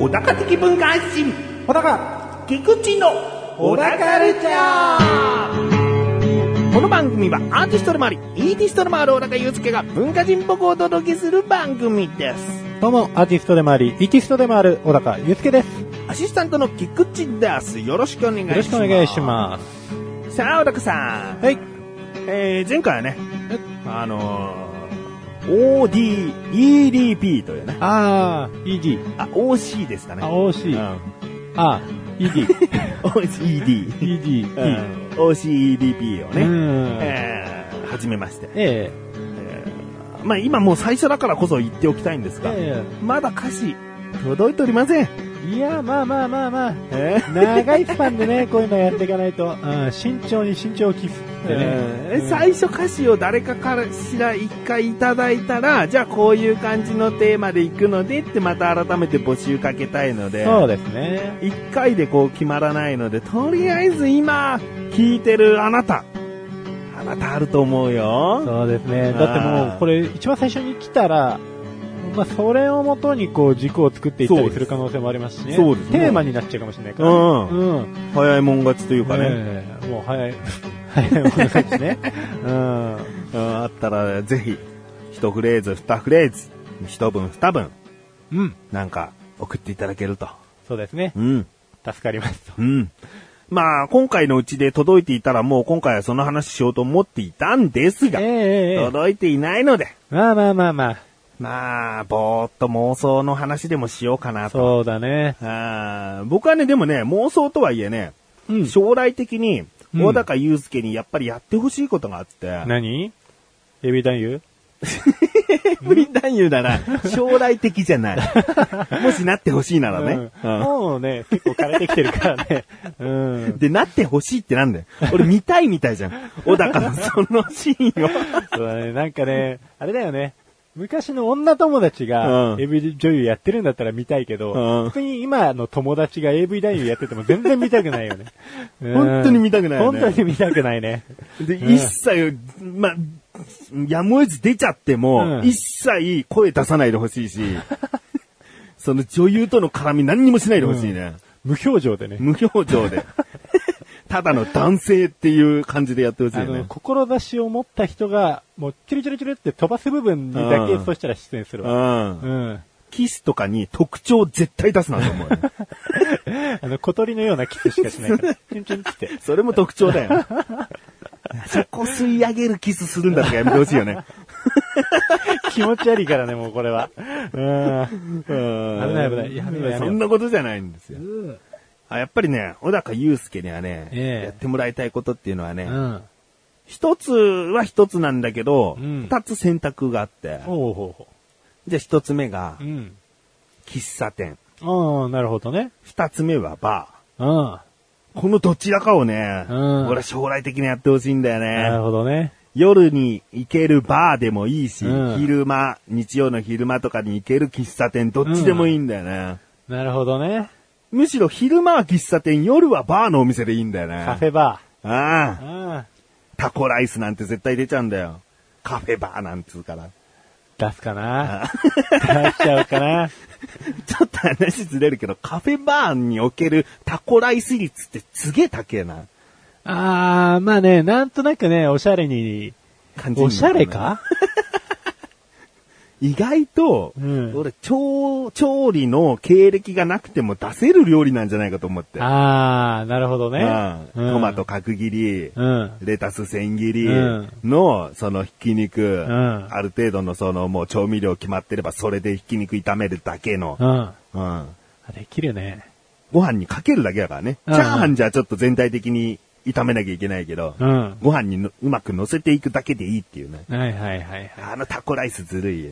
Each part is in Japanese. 小高的文化発信小高菊池の小高ルチャーこの番組はアーティストでもありイーティストでもある小高祐介が文化人っぽくお届けする番組ですどうも、アーティストでもあり、イティストでもある小高祐介です。アシスタントの菊池ですよろしくお願いしよますろしくお願いします。すさあ小高さん、はい。えー、前回はねあのー、ODEDP というねあー、ED。あ OC ですかねあ、OC。あ、ED。 OCD ED。 OCDP をうね、ん。えー始めまして。えまあ今もう最初だからこそ言っておきたいんですが、えまだ歌詞届いておりません。いや、まあまあまあまあ。えー長いスパンでね、こういうのやっていかないと、うん、慎重に慎重を期すってえね。ー最初歌詞を誰かからしら一回いただいたら、じゃあこういう感じのテーマで行くのでってまた改めて募集かけたいので、そうですね。一回でこう決まらないので、とりあえず今聞いてるあなた、あなたあると思うよ。そうですね。だってもう、これ一番最初に来たら、まあ、それをもとにこう軸を作っていったりする可能性もありますしね。そうですテーマになっちゃうかもしれないから、うんうん。早いもん勝ちというかね。ええもう早い。早いもの勝ちね。ううん。んあったら、ぜひ、一フレーズ、二フレーズ、一文、二文、うん。なんか、送っていただけると。そうですねう。ん。助かります。うん。まあ、今回のうちで届いていたら、もう今回はその話しようと思っていたんですえが、えええ届いていないので、まあまあまあまあ。まあ、ぼーっと妄想の話でもしようかなと。そうだね。あー僕はね、でもね、妄想とはいえね、うん将来的に、うん小高祐介にやっぱりやってほしいことがあって、何エビ男優無理男優なら、将来的じゃ ない。もしなってほしいならね。うんうんもうね、結構枯れてきてるからね。うん。で、なってほしいってなんだ よ。俺見たいみたいじゃん。小高のそのシーンを。そうだね。なんかね、あれだよね。昔の女友達がうん AV 女優やってるんだったら見たいけうんど、特に今の友達が AV 男優やってても全然見たくないよね。うん 本当に見たくないよね本当に見たくないね。で、うん一切、まあ、やむを得ず出ちゃっても、うん一切声出さないでほしい し、その女優との絡み何にもしないでほしいね。無表情でね。無表情 で。ただの男性っていう感じでやってほしいあよの、ね。志を持った人が、もう、チュルチュルチュルって飛ばす部分にだけ、うんそしたら出演するうわ。ん。うん。キスとかに特徴絶対出すなと思う よ。あの、小鳥のようなキスしかしない から。チュンチュンって。それも特徴だ よ。そこ吸い上げるキスするんだとかやめてほしいよね。気持ち悪いからね、もうこれは。うん。危ない危ないやめろやめろそんなことじゃないんですよ。あやっぱりね、小高祐介にはね、ええやってもらいたいことっていうのはね、うん。一つは一つなんだけど、うん二つ選択があって、ほうほうほじゃあ一つ目がう。うん。喫茶店、ああ、なるほどね。二つ目はバうん。ー。このどちらかをね、うん俺は将来的にやってほしいんだなるよね。ほどね。夜に行けるバーでもいいし、うん昼間、日曜の昼間とかに行ける喫茶店、どっちでもいいんだよね。なるほどね。むしろ昼間は喫茶店、夜はバーのお店でいいんだよね。カフェバああ。ー。うん。タコライスなんて絶対出ちゃうんだよ。カフェバーなんつうから。出すかな出しちゃう かなちょっと話ずれるけど、カフェバーにおけるタコライス率ってすげえ高えな。ああ、まあね、なんとなくね、おしゃれに、感じにおなるしなゃれか意外と、うん俺、調、調理の経歴がなくても出せる料理なんじゃないかと思って。ああ、なるほどね。うんトマト角切り、うん。レタス千切りうんの、そのひき肉、んある程度のそのもう調味料決まってればそれでひき肉炒めるだけのう、ん。あうんできるね。ご飯にかけるだけだからね。チうんャーハンじゃちょっと全体的に炒めなきゃいけないけど、うん。ご飯にのうまく乗せていくだけでいいっていうね。はいはいはいはい。あのタコライスずるいよ。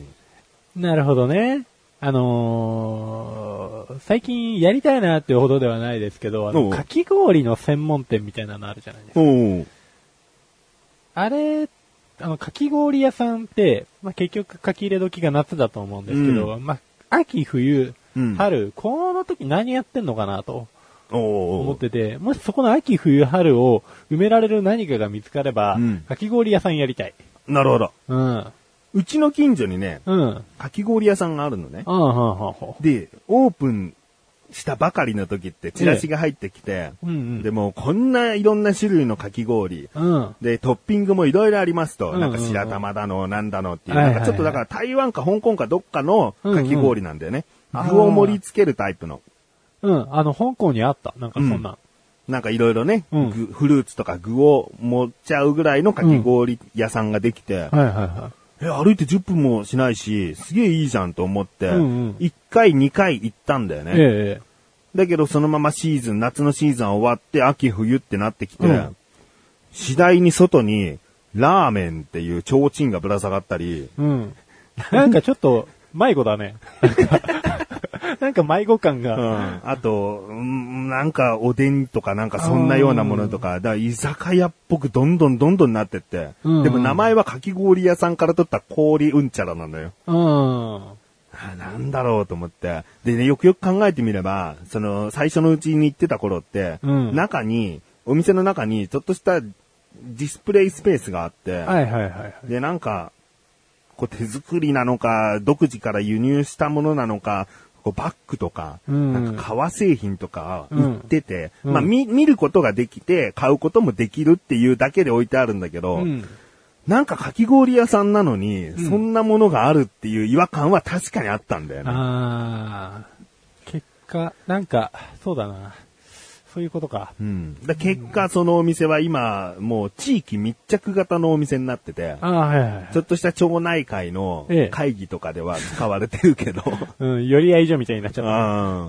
なるほどね。あのー、最近やりたいなっていうほどではないですけど、あおの、うかき氷の専門店みたいなのあるじゃないですか。おあれ、あの、かき氷屋さんって、まあ、結局かき入れ時が夏だと思うんですけど、まあ、秋、冬うん、春、この時何やってんのかなとお思っーてて、もしそこの秋冬春を埋められる何かが見つかれば、うんかき氷屋さんやりたい。なるほど。うん。うちの近所にね、うん。うん、かき氷屋さんがあるのね。はんはんはで、オープンしたばかりの時って、チラシが入ってきて、うんうんで、もうこんないろんな種類のかき氷、うん。で、トッピングもいろいろありますと、うんうんなんか白玉だの、なんだのっていう、はいはいなはんいかちょっとだから台湾か香港かどっかのかき氷なんだよね。うんうん具を盛り付けるタイプの。うん。あの、香港にあった。なんかそんな。なんかいろいろね、うん具フルーツとか具を盛っちゃうぐらいのかき氷屋さんができて、はいはいはえ、歩いて10分もしないし、すげえいいじゃんと思って、うんうん1回2回行ったんだよね。い。えだけどそのままシーズン、夏のシーズン終わって、秋冬ってなってきて、うん次第に外に、ラーメンっていう提灯がぶら下がったり、え。うん。なんかちょっと、迷子だね。 なんかなんか迷子感うが。ん、あと、うんなんかおでんとかなんかそんなようなものとか、だから居酒屋っぽくどんどんどんどんなってって、うんでも名前はかき氷屋さんから取った氷うんちゃらなのよ。うん。あなんだろうと思って。でね、よくよく考えてみれば、その、最初のうちに行ってた頃って、うん中に、お店の中に、ちょっとしたディスプレイスペースがあって、はいはいはいはい。で、なんか、こう手作りなのか、独自から輸入したものなのか、こうバッグとか、うんなんか革製品とか売ってて、うんまあ見、見ることができて、買うこともできるっていうだけで置いてあるんだけど、うん。なんかかき氷屋さんなのに、そんなものがあるっていう違和感は確かにあったんだよね。あー。結果、なんか、そうだな。そういうことか。うん。だ結果、そのお店は今、もう地域密着型のお店になってて、あー、はいはいはいちょっとした町内会のええ会議とかでは使われてるけ ど、うん、寄り合い所みたいになっちう。ゃっ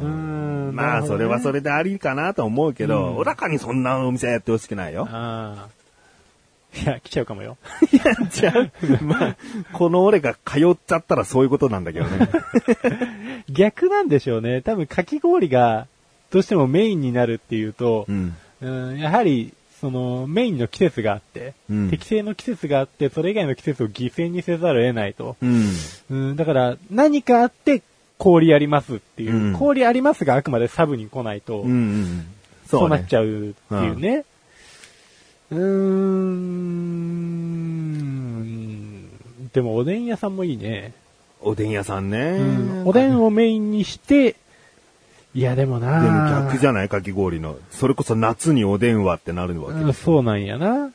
た。うんーん。まあ、それはそれれ。でありかなと思うけど、おらかにそんなお店はやってほしくないよ。あー。いや、来ちゃうかもよ。 いや、じゃあ、まあ、この俺が通っちゃったらそういうことなんだけどね。逆なんでしょうね。多分、かき氷が、どうしてもメインになるっていうと う、ん。うん、やはり、その、メインの季節があって、うん適正の季節があって、それ以外の季節を犠牲にせざるを得ないと。うん。うん、だから、何かあって、氷ありますっていう、うん氷ありますがあくまでサブに来ないと、うんうん。そそううなっね。ちゃうっていうね。うーん。でも、おでん屋さんもいいね。おでん屋さんね。うんおでんをメインにして、いや、でもなでも逆じゃゃないかき氷の。それこそ夏におでんはってなるわけ。うん、そうなんやな。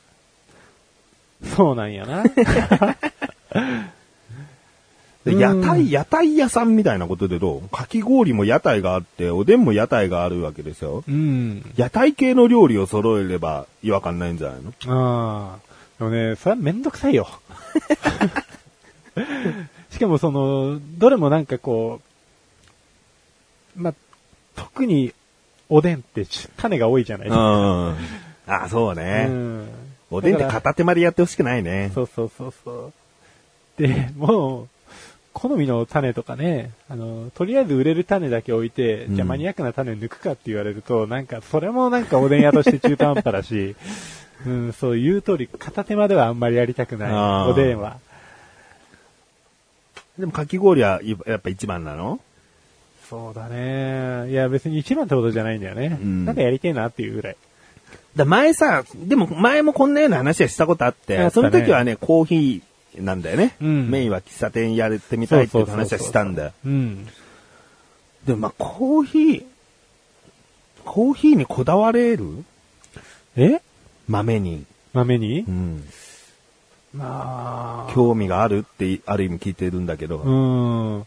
そうなん やな。でうん屋台、屋台屋さんみたいなことでどうかき氷も屋台があって、おでんも屋台があるわけですよ。うん。屋台系の料理を揃えれば違和感ないんじゃないのああ。でもね、それはめんどくさいよ。 しかもその、どれもなんかこう、ま、特におでんって種が多いじゃないですか。うん。あ、そうね。うんおでんってだから片手間でやってほしくないね。そうそうそうそう。で、もう、好みの種とかね、あの、とりあえず売れる種だけ置いて、うんじゃあマニアックな種を抜くかって言われると、なんか、それもなんかおでん屋として中途半端 だし、うん、そう言う通り、片手間ではあんまりやりたくあなーい、おでんは。でもかき氷はやっぱ一番なのそうだね。いや、別に一番ってことじゃないんだよね。うんなんかやりてえなっていうぐらい。だ前さ、でも前もこんなような話はしたことあって、あったそのね時はね、コーヒーなんだよね。うんメインは喫茶店やれてみたいっていう話はしたんだよ。うん。でもまあコーヒー、コーヒーにこだわれるえ豆に、豆にうん、まあ、興味があるって、ある意味聞いてるんだけど。うん。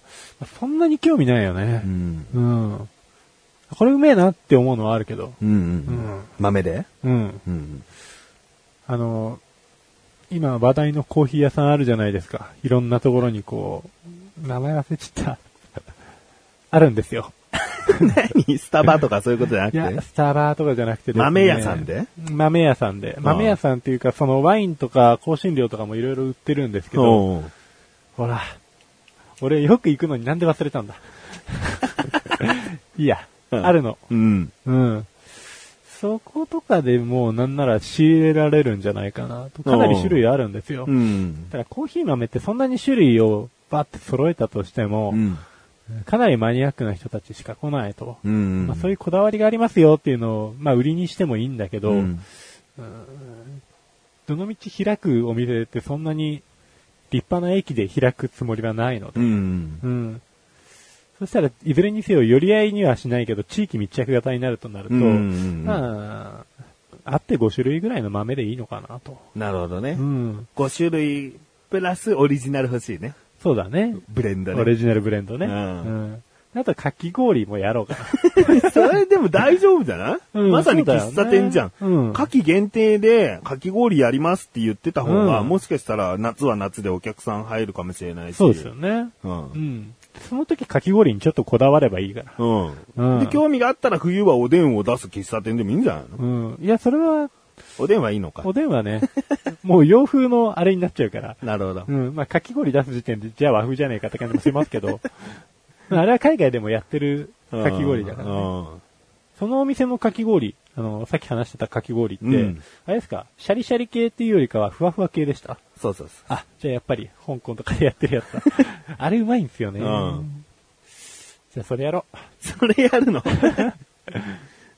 そんなに興味ないよね。うん。うん。これうめえなって思うのはあるけど。うん。うんうん豆でうん。うん。あの、今話題のコーヒー屋さんあるじゃないですか。いろんなところにこう、名前忘れちゃった。 あるんですよ。 何スタバとかそういうことじゃないや、くてスタバとかじゃなくてですね豆屋さんで豆屋さんで。豆屋さんっていうか、そのワインとか香辛料とかもいろいろ売ってるんですけど、おうほら、俺よく行くのになんで忘れたん だ。いいや、うんあるの。うん。うん。そことかでもうなんなら仕入れられるんじゃないかなと。かなり種類あるんですよ。うん。ただコーヒー豆ってそんなに種類をバッて揃えたとしても、うん。かなりマニアックな人たちしか来ないと。うんうん。まあ、そういううこだわりがありますよっていうのを、まあ、売りにしてもいいんだけど、うんどのみち開くお店ってそんなに立派な駅で開くつもりはないので、うん。うん。そしたら、いずれにせよ、寄り合いにはしないけど、地域密着型になるとなると、うんまあ、あって5種類ぐらいの豆でいいのかなと。なるほどねう。ん。 5種類、プラスオリジナル欲しいね。そうだね。ブレンドオね。リジナルブレンドね。うんうんあと、かき氷もやろ うかそれでも大丈夫じゃない、うんまさに喫茶店じゃん。そうだよねうん夏季限定で、かき氷やりますって言ってた方が、うんもしかしたら夏は夏でお客さん入るかもしれないな。し。そうですよね。うんう。ん。その時、かき氷にちょっとこだわればいいから。うん。うんで、興味があったら冬はおでんを出す喫茶店でもいいんじゃないのうん。いや、それは、おでんはいいのかお。でんはね、 もう洋風のあれになっちゃうから。なるほどう。ん。まあ、かき氷出す時点で、じゃあ和風じゃねえかって感じもします けど、まああれは海外でもやってるかき氷だからうね。んうんそのお店のかき氷、あの、さっき話してたかき氷って、うんあれですか、シャリシャリ系っていうよりかはふわふわ系でした。そうそうそあ、じゃあやっぱり香港とかでやってるやつだ。 あれうまいんですよね。うんじゃあそれやろう。 それやるの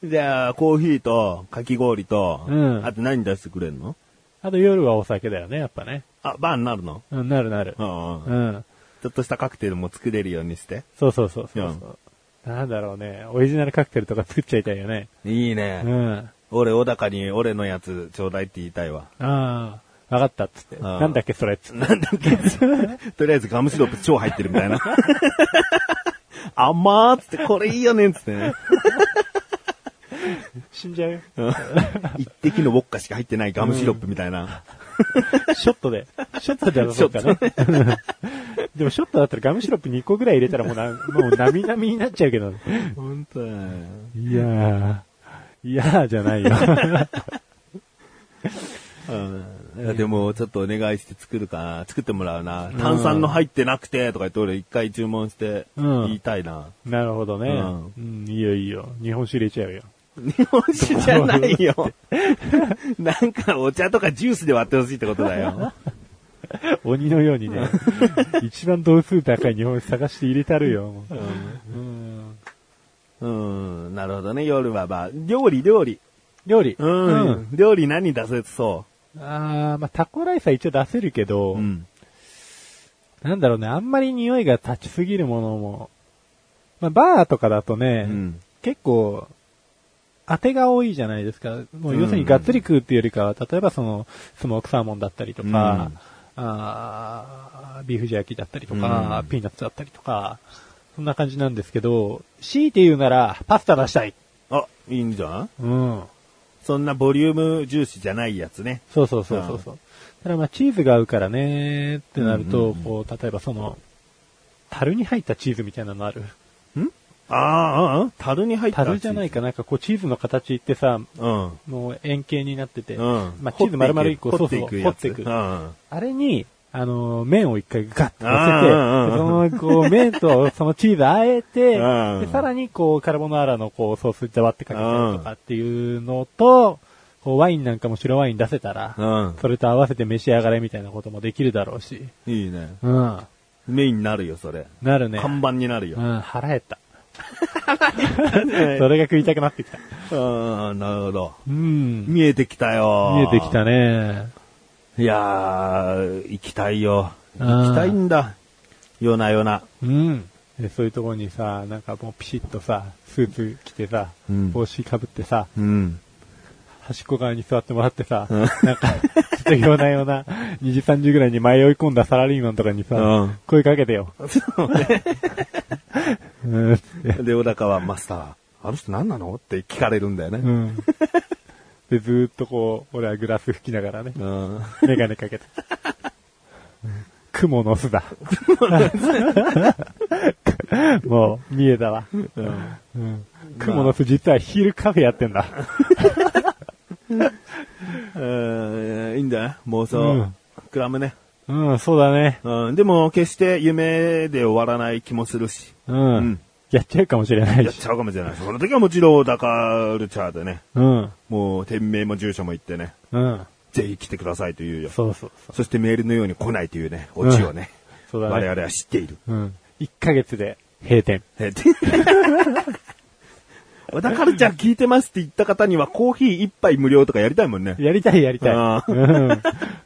じゃあ、コーヒーと、かき氷と、うんあと何出してくれるのう。あと夜はお酒だよね、やっぱね。あ、バーになるのうん、なるなるう。んうんう。ん。ちょっとしたカクテルも作れるようにして。そうそうそうそうそう。なんだろうね。オリジナルカクテルとか作っちゃいたいよね。いいうね。ん。あ俺、小高に俺のやつちょうだいって言いたいわ。あー、わかったっつって。んなんだっけそれっつって。なんだっけとりあえずガムシロップ超入ってるみたいな。 甘ーっつって、これいいよねっつってね。 死んじゃうよ。一滴のウォッカしか入ってないガムシロップみたいな。ショットで。ショットで出そうかな。でもショットだったらガムシロップ2個ぐらい入れたらもうな、もうなみなみになっちゃうけど。本当だよいやー。いやーじゃないよ。うんいやでも、ちょっとお願いして作るかな。作ってもらうな。炭酸の入ってなくて、とか言って俺一回注文して、うん言いたいな。なるほどね。うんうん、いいよいいよ。日本酒入れちゃうよ。日本酒じゃないよ。なんかお茶とかジュースで割ってほしいってことだ よ。鬼のようにね。一番度数高い日本酒探して入れたるよ。もううんうん、なるほどね。夜はまあ、料理、料理。料理。うん。うん料理何出せそあー、まあ、タコライスは一応出せるけど、う。うん。なんだろうね、あんまり匂いが立ちすぎるものも、まあ、バーとかだとうね、ん。結構、当てが多いじゃないですか。もう要するにがっつり食うっていうよりかは、例えばその、スモークサーモンだったりとか、あービーフジャーキーだったりとか、うんピーナッツだったりとか、そんな感じなんですけど、強いて言うなら、パスタ出したい。あ、いいんじゃんうん。そんなボリューム重視じゃないやつね。そうそうそうそう。そうただまあチーズが合うからねってなると、こう、例えばその、樽に入ったチーズみたいなのある。んああ、うん。樽に入った樽じゃないかなんかこうチーズの形ってさ、うん。うん。もう円形になってて、まあチ掘ーズ丸々一個、掘そっうてそう、いく掘やっつ。ていくう。ん。あれに、あのー、麺を一回ガッとあー乗せて、その、こう、麺とそのチーズあえて、うんで、さらにこう、カルボナーラのこう、ソースジャワってかけたりとかっていうのと、こう、ワインなんかも白ワイン出せたら、うん。それと合わせて召し上がれみたいなこともできるだろうし。いいね。うん。メインになるよ、それ。なるね。看板になるうよ。ん、腹減った。う それが食いたくなってきた。ん、なるほど。うん。見見えてきたよ。えてきたね。いやー、行きたいよ。うん行きたいんだ。夜な夜な。うん。でそういうところにさ、なんかもうピシッとさ、スーツ着てさ、うん帽子かぶってさ、うん。端っこ側に座ってもらってさ、なんか、ちょっとようなような、2時3時ぐらいに迷い込んだサラリーマンとかにさ、うん声かけてよ。 うんっつってで、小高はマスター、あの人何なのって聞かれるんだようね。ん。で、ずーっとこう、俺はグラス吹きながらね、うん。 メガネかけて。雲の巣だ。もう、見えたわ。うん雲の巣実は昼カフェやってんだ。うん、いいんだよ。妄想。うん膨らむね。うん、そうだね。うん。でも、決して夢で終わらない気もするし。うん。うんやっちゃうかもしれないやっし。ちゃうかもしれない。その時はもちろん、小高ルチャーでね。うん。もう、店名も住所も言ってね。うん。ぜひ来てくださいというよ。そうそうそう。そしてメールのように来ないというね、オチをね、そうだね。我々は知っている。うん。1ヶ月で閉店。えで小田カルチャー聞いてますって言った方にはコーヒー一杯無料とかやりたいもんね。やりたいやりたあい。うん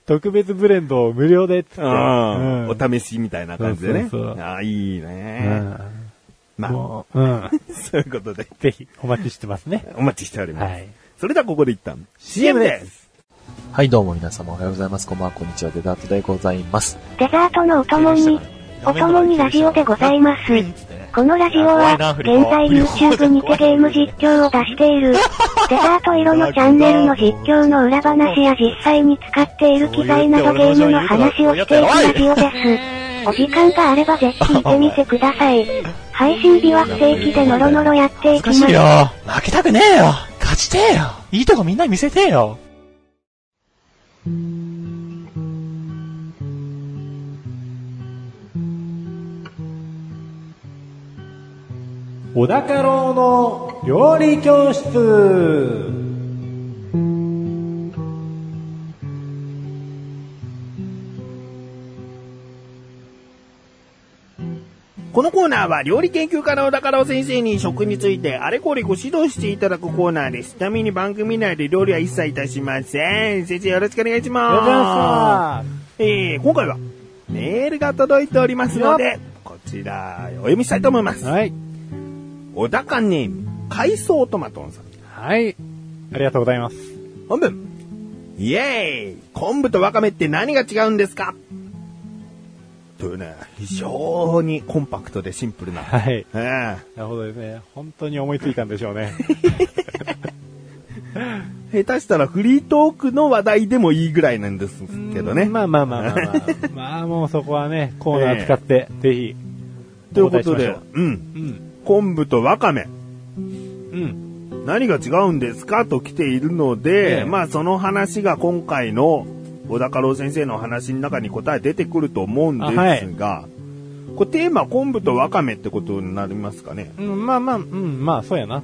特別ブレンドを無料でっつって。うんうんお試しみたいな感じでね。そうそうそうああ、いいね。まあ、もう、うん。 そういうことで、ぜひ、お待ちしてますね。お待ちしております。はいそれではここで一旦 CM です。はい、どうも皆様おはようございます。こんばんは、こんにちは。デザートでございます。デザートのお供に、お供にラジオでございます。このラジオは、現在 YouTube にてゲーム実況を出し ている、デザート色のチャンネルの実況の裏話や実際に使っている機材などゲームの話をしていくラジ オです。お時間があればぜひ聞いてみてください。配信日は不定期でノロノロやっていきま難すしい。よ。負けたくねえよ。勝ちてえよ。いいとこみんなに見せてえよ。小田家老の料理教室このコーナーは料理研究家の小高郎先生に食についてあれこれご指導していただくコーナーです。ちなみに番組内で料理は一切いたしません。先生よろしくお願いします。えー、今回はメールが届いておりますので、こちらお読みしたいと思います。はい。小高ネーム、海藻トマトンさん。はい。ありがとうございます。本文。イエーイ昆布とワカメって何が違うんですかというね、非常にコンパクトでシンプルな。はい。ええなるほどですね。本当に思いついたんでしょうね。 下手したらフリートークの話題でもいいぐらいなんですけどね。まあまあまあまあま あ。まあもうそこはね、コーナー使って、ぜひ。ということで、お答えしましょうん。ううん。昆布とワカメ、うん。何が違うんですかと来ているので、ええまあその話が今回の小高郎先生のお話の中に答え出てくると思うんですが、あはいこれテーマ昆布とワカメってことになりますかね。うん、まあまあ、うん、まあそうやな。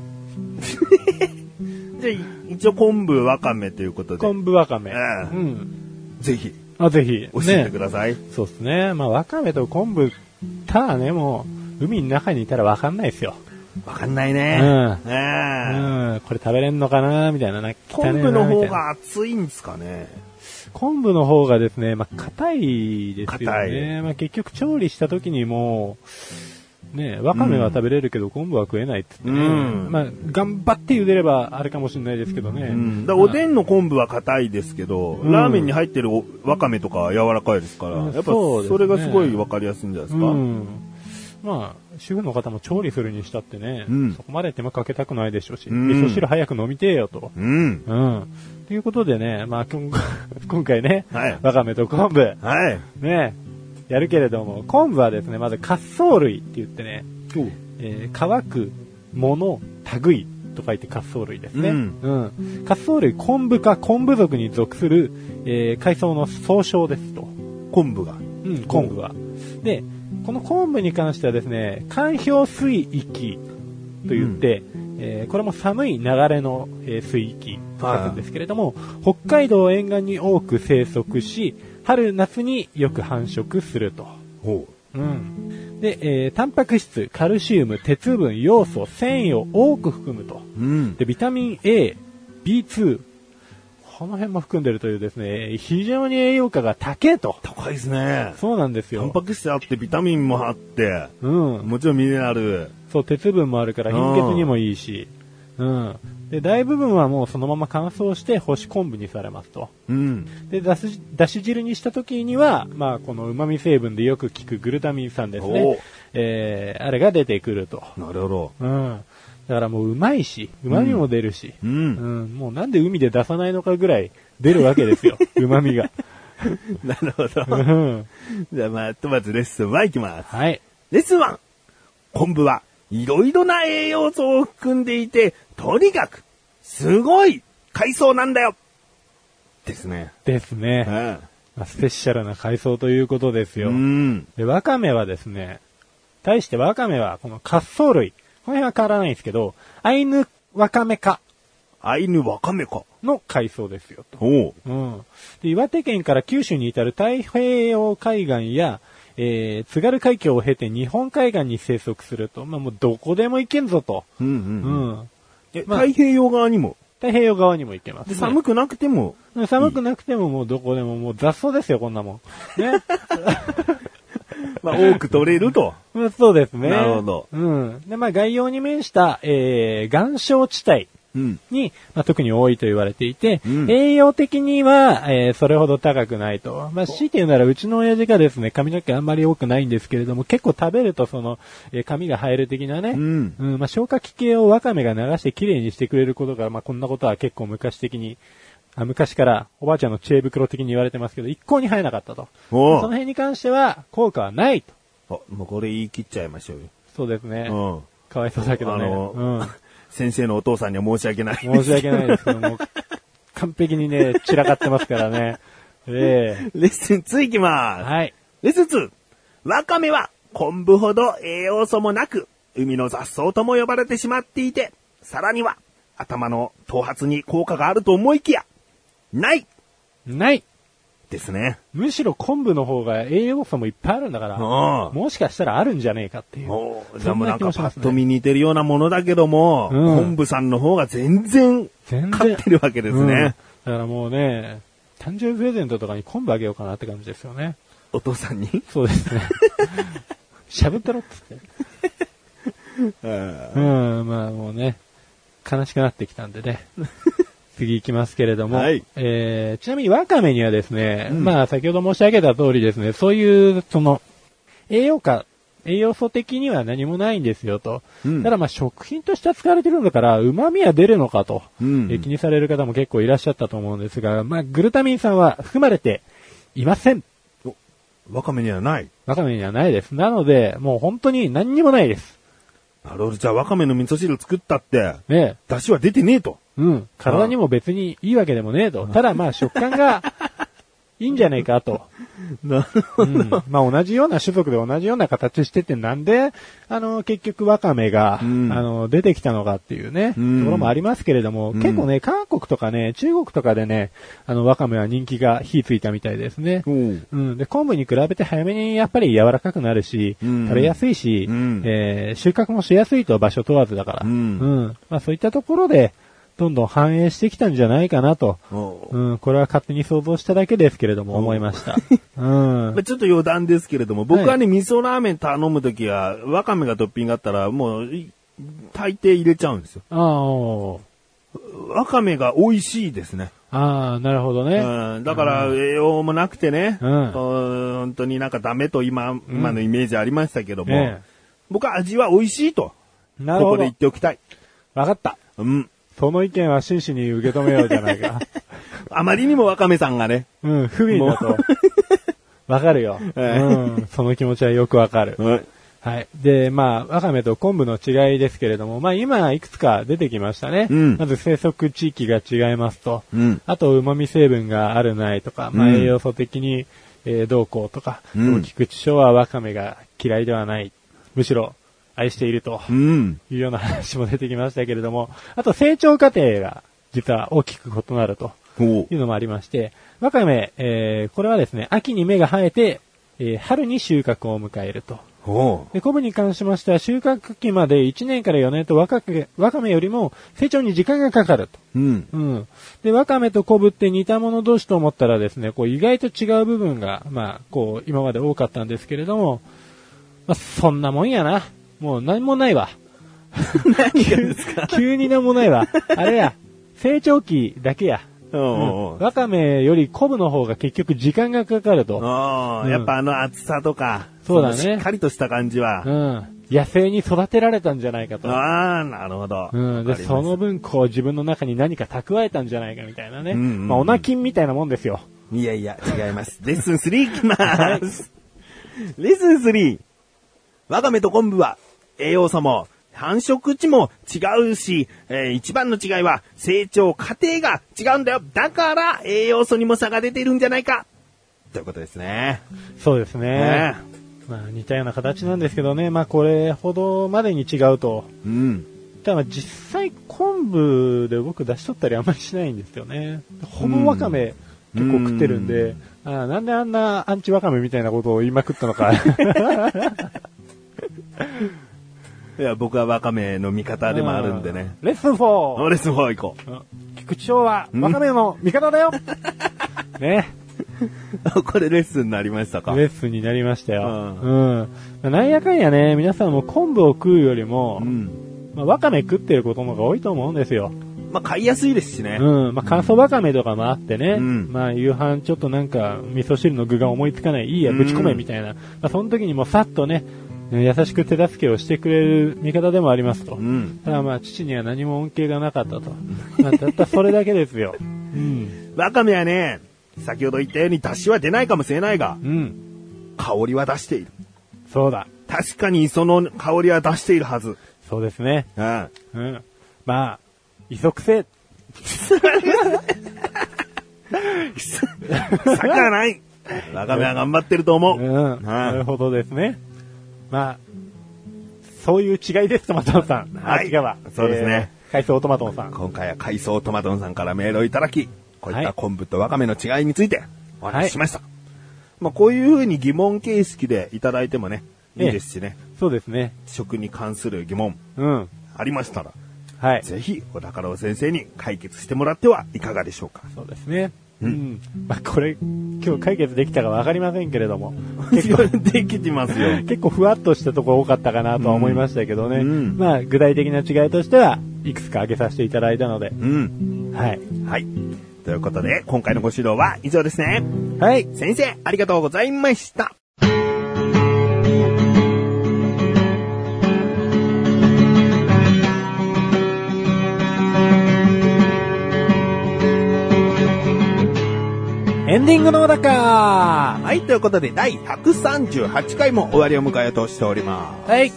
じゃあ一応昆布ワカメということで、昆布わかめ。ええうん。ぜひあ、ぜひ。教えてねください。そうですね。まあ、ワカメと昆布、ただね、もう、海の中にいたらわかんないですよ。わ、かんないね。うえうえん、これ食べれんのかなみたいな。なんか汚昆ねえな布のみ方たいなが熱いんですかね。昆布の方がですね、まあ、硬いですよ硬ね。いまあ、結局調理した時にもう、ね、わかめは食べれるけど、昆布は食えないっつってね、うんまあ、頑張って茹でればあれかもしれないですけどね。うん、だからおでんの昆布は硬いですけど、うんラーメンに入ってるおわかめとかは柔らかいですから、うんやっぱそうですねそれがすごいわかりやすいんじゃないですか。うんまあ、主婦の方も調理するにしたってね、うんそこまで手間かけたくないでしょうし、うん味噌汁早く飲みてえよと。うん。うん。ということでね、まあ、今後今回ね、はいわかめと昆布、はい。ね、やるけれども、昆布はですね、まず滑走類って言ってね、えー乾く、物、類と書いて滑走類ですね。うんん滑走類、昆布か昆布属に属する、えー海藻の総称ですと。昆布が。うん、昆布は。で、この昆布に関してはですね、環氷水域と言って、えーこれも寒い流れの、えー水域と書くんですけれども、北海道沿岸に多く生息し、春夏によく繁殖すると。ほうん。で、えータンパク質、カルシウム、鉄分、要素、繊維を多く含むと。う。うん。で、ビタミン A、B2、この辺も含んでるというですね、非常に栄養価が高いと。高いですね。そうなんですよ。タンパク質あって、ビタミンもあって、うん。もちろんミネラル。そう、鉄分もあるから貧血にもいいし。うん。で、大部分はもうそのまま乾燥して干し昆布にされますと。うん。で、だし、だし汁にした時には、まあ、この旨味成分でよく効くグルタミン酸ですおねう。えー、あれが出てくると。なるほど。うん。だからもううまいし、旨味も出るし。ううんん。もうなんで海で出さないのかぐらい出るわけで すよ。旨味が。 なる ほうど。ん。じゃあまあ、とまずレッスン1いきます。はい。レッスン 1! 昆布はいろいろな栄養素を含んでいて、とにかく、すごい海藻なんだよですね。ですね。まあスペシャルな海藻ということですうよ。ん。で、ワカメはですね、対してワカメは、この滑走類。この辺は変わらないんですけど、アイヌワカメ科アイヌワカメか。の海藻ですよ、と。おう。うん。で、岩手県から九州に至る太平洋海岸や、えー津軽海峡を経て日本海岸に生息すると、まあもうどこでも行けんぞと。うんううん。ん。えまあ太平洋側にも。太平洋側にも行けます、で、ね。寒くなくても、寒くなくてももうどこでももう雑草ですよ、こんなもん。ね。 ま あ、多く取れると。まあそうですね。なるほどうん。で、まあ概要に面した、えー、岩礁地帯うん。に、まあ、特に多いと言われていて、うん栄養的には、えー、それほど高くないと。まあ、強いて言うなら、うちの親父がですね、髪の毛あんまり多くないんですけれども、結構食べるとその、えー髪が生える的なね、うん。うん、まあ、消化器系をワカメが流してきれいにしてくれることが、まあ、こんなことは結構昔的に、あ昔からおばあちゃんの知恵袋的に言われてますけど、一向に生えなかったと。そおのう辺に関しては、効果はないと。あ、もうこれ言い切っちゃいましょうそうですね。よ。うん。かわいそうだけどね。あのうん。先生のお父さんには申し訳ない。申し訳ない ですけども、完璧に ね、散らかってますからね。えレッスン2いきえます。はい。レッスン 2! ワカメは昆布ほど栄養素もなく、海の雑草とも呼ばれてしまっていて、さらには頭の頭髪に効果があると思いきや、ないないですね。むしろ昆布の方が栄養素もいっぱいあるんだから、うもしかしたらあるんじゃねえかっていん。う。おうじゃあもうなんそんかな気もしパますッねと見似てるようなものだけども、うん昆布さんの方が全然全然。勝ってるわけですうんだね。からもうね、誕生日プレゼントとかに昆布あげようかなって感じですよね。お父さん に。そ うですね。しゃぶってろっつって。うん、まあもうね、悲しくなってきたん でね。次行きますけれども、はいえー、ちなみにワカメにはですね、うんまあ先ほど申し上げた通りですね、そういう、その、栄養価、栄養素的には何もないんですよと。うんただまあ食品として扱われてるんだから、旨味は出るのかと、うんえー気にされる方も結構いらっしゃったと思うんですが、まあグルタミン酸は含まれていません。わかめにはない。ワカメにはないです。なので、もう本当に何にもないです。なるほど。じゃあわかめの味噌汁作ったって、ねえ出汁は出てねえと。うん。体にも別にいいわけでもねえと。ただまあ食感がいいんじゃねえかと。な うん、まあ同じような種族で同じような形しててなんで、あの、結局ワカメが、うんあの、出てきたのかっていうね、うんところもありますけれども、うん結構ね、韓国とかね、中国とかでね、あの、ワカメは人気が火ついたみたいですね。うん。うん。で、昆布に比べて早めにやっぱり柔らかくなるし、うん食べやすいし、うんえー収穫もしやすいと場所問わずだから、うんまあそういったところで、どんどん反映してきたんじゃないかなと、おううん、これは勝手に想像しただけですけれども、思いました。うんまあ。ちょっと余談ですけれども、僕はね、味噌ラーメン頼むときは、わかめがトッピングあったら、もう、い大抵入れちゃうんですよ。ああ、おうわかめが美味しいですね。ああ、なるほどね。うん、だから、栄養もなくてね、うん本当になんかダメと今、今のイメージありましたけども、え僕は味は美味しいと、えなこるこほでど言っ。ておきたい。わかった。うん。その意見は真摯に受け止めようじゃな いか。あまりにもわかめさんがね、うん、不憫だと。わかるよ。 ええうん、その気持ちはよくわかる。うんはい。で、まあ、ワカメと昆布の違いですけれども、まあ今いくつか出てきましたね。うんまず生息地域が違いますと。うんあと、旨味成分があるないとか、まあうん栄養素的に、えーどうこうとか、うんでも菊池翔はワカメが嫌いではない。むしろ愛しているとうん。いうような話も出てきましたけれども、あと成長過程が実は大きく異なると。ほいうのもありまして、ワカメ、えーこれはですね、秋に芽が生えて、えー春に収穫を迎えると。う。ほで、昆布に関しましては、収穫期まで1年から4年とワカメワカメよりも成長に時間がかかると。う。うん。うん。で、ワカメと昆布って似たもの同士と思ったらですね、こう意外と違う部分が、まあ、こう、今まで多かったんですけれども、まあ、そんなもんやな。もう何もな いわ。何がですか急に何もないわ。あれや、成長期だけや。おうおうワカメより昆布の方が結局時間がかかると。ああ、うんやっぱあの厚さとか、そうだねのしっかりとした感じはう、ん。野生に育てられたんじゃないかと。ああ、なるほど。うん。わかで、りましたその分こう自分の中に何か蓄えたんじゃないかみたいなね。うんうんうんまあ、オナキンみたいなもんですよ。いやいや、違います。レッスン3いきます。レッスン 3! わかめと昆布は栄養素も繁殖地も違うし、えー一番の違いは成長過程が違うんだよ。だから栄養素にも差が出てるんじゃないか。ということですね。そうですね。ねまあ、似たような形なんですけどね。まあ、これほどまでに違うと。えうん。ただ、実際昆布で僕出しとったりあんまりしないんですよね。ほぼワカメ結構食ってるんで、あーなんであんなアンチワカメみたいなことを言いまくったのか。いや、僕はワカメの味方で もあるんでね。レッスン 4! 俺すごい 行こ菊池翔はワカメの味方だ よね。う。これレッスンになりましたか。レッスンになりましたよ。ううん。なんやかんやね、皆さんも昆布を食うよりもう、ん。まあ、ワカメ食ってることの方が多いと思うんですよ。まあ、買いやすいですしね。うん。まあ、乾燥わかめとかもあってね。うんまあ、夕飯ちょっとなんか、味噌汁の具が思いつかない。いいや、うんぶち込め、みたいな。まあ、その時にもうさっとね、優しく手助けをしてくれる味方でもありますと。うん。ただまあ、父には何も恩恵がなかったと。まあ、たったそれだけですよ。うん。ワカメはね、先ほど言ったように出汁は出ないかもしれないが、うん。香りは出している。そうだ。確かにその香りは出しているはず。そうですね。 うん。うん。まあ、磯癖。先はない。ワカメは頑張ってると思うう。ん。なるほどですね。まあ、そういう違いです、トマトンさん。はいあっち側。そうですねえー。海藻トマトンさん。今回は海藻トマトンさんからメールをいただき、こういった昆布とワカメの違いについてお話ししました。まあこういうふうに疑問形式でいただいてもね、いいですしね、そうですね。食に関する疑問うん。ありましたら、はい。ぜひ小高尾先生に解決してもらってはいかがでしょうか。そうですね。ううんん。まあ、これ、今日解決できたかわかりませんけれども、結構、 できてますよ。結構ふわっとしたところ多かったかなとは思いましたけどね。うんまあ、具体的な違いとしては、いくつか挙げさせていただいたので、うん。はい。はい。ということで、今回のご指導は以上ですね。はい。先生、ありがとうございました。エンディングのおだかはい、ということで、第138回も終わりを迎えようとしております。はい。い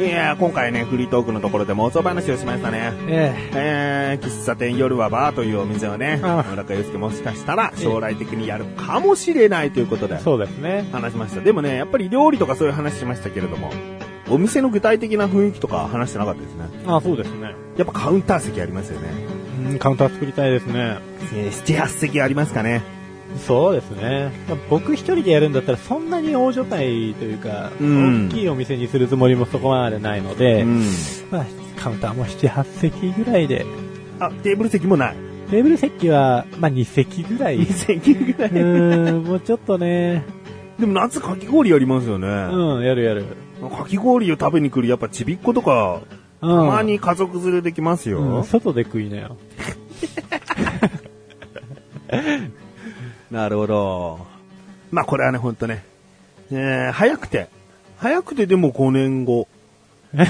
やー、今回ね、フリートークのところで妄想話をしましたね。ええー、喫茶店夜はバーというお店をね、ああ村中祐介もしかしたら将来的にやるかもしれないということでえそうですね。話しました。でもね、やっぱり料理とかそういう話しましたけれども、お店の具体的な雰囲気とか話してなかったですね。あそうですね。やっぱカウンター席ありますよね。うん、カウンター作りたいですね。えー、7、8席ありますかね。そうですね。まあ僕一人でやるんだったら、そんなに大所帯というか、うん大きいお店にするつもりもそこまでないので、うん。まあ、カウンターも7、8席ぐらいで、あ、テーブル席もない。テーブル席は、まあ、2席ぐらい。 2う席ぐらい。ー ん、もうちょっとね、でも夏かき氷やりますよね。うん、やるやる。かき氷を食べに来るやっぱちびっ子とか、たうん。まに家族連れできますよ。うん、外で食いなよ。なるほど。まあこれはね、ほんとね。えー、早くて。早くてでも5年後。え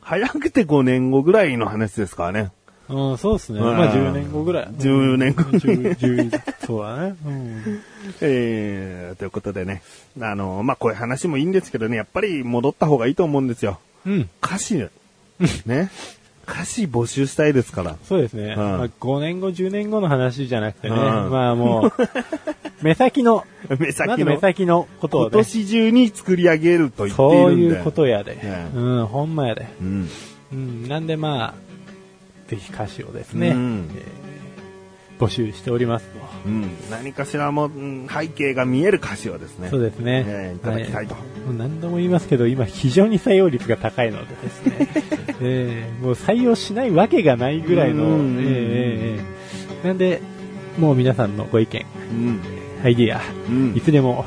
早くて5年後ぐらいの話ですからね。うん、そうですね。うんまあ、10年後ぐらい。 10年後に。 10 10そうだね。うん。 えー、ということでね。あの、まあこういう話もいいんですけどね、やっぱり戻った方がいいと思うんですよ。うん、歌詞、ね。歌詞募集したいですから。そうですね。まあ、5年後、10年後の話じゃなくてね。うんま あ、もう、目先の、目ま先のず目。先のこと今をね、年中に作り上げると言っていそうるんで。いうことやで。ねうん、ほんまやで。うん。うん、なんでまあ、ぜひ歌詞をですね、うんえー募集しておりますと。うん。何かしらも、うん背景が見える歌詞をですね。そうですね。えーいただきたいとはいもう何度も言いますけど、今非常に採用率が高いのでです ね、えーもう採用しないわけがないぐらいの、うんうんえうんーえーえーなんで、もう皆さんのご意見、うん。アイディア、うんいつでも、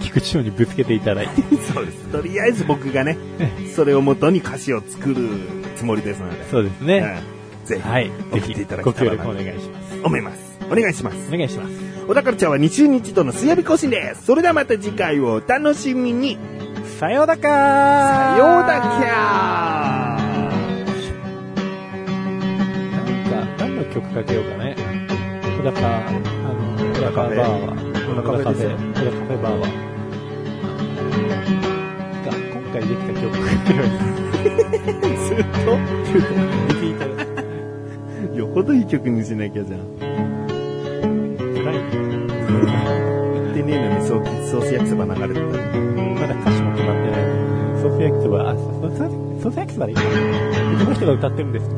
菊池賞にぶつけていただいて、そうです。とりあえず僕がね、それをもとに歌詞を作るつもりですので。そうです ね。うんぜひ、はい。ぜ送ってひいた、だごきた協い力とお思い願いまします。す。思います。お願いします。お願いします。小田カルチャーは日曜日との水曜日更新です。それではまた次回をお楽しみに。さようだかさーようだきゃーなんか、何の曲かけようかね。小高、あの、小小高高フェバーは、小高フェですよ小高フェ小高フェバーは。なんか、今回できた曲かけようずっリピートと、よほどいい曲にしなきゃじゃん。はい言ってねえのにソース、ソース焼きそば流れてた。まだ歌詞も決まってない。ソース焼きそば、あ、ソソースソース焼きそばでいいかな。この人が歌ってるんです。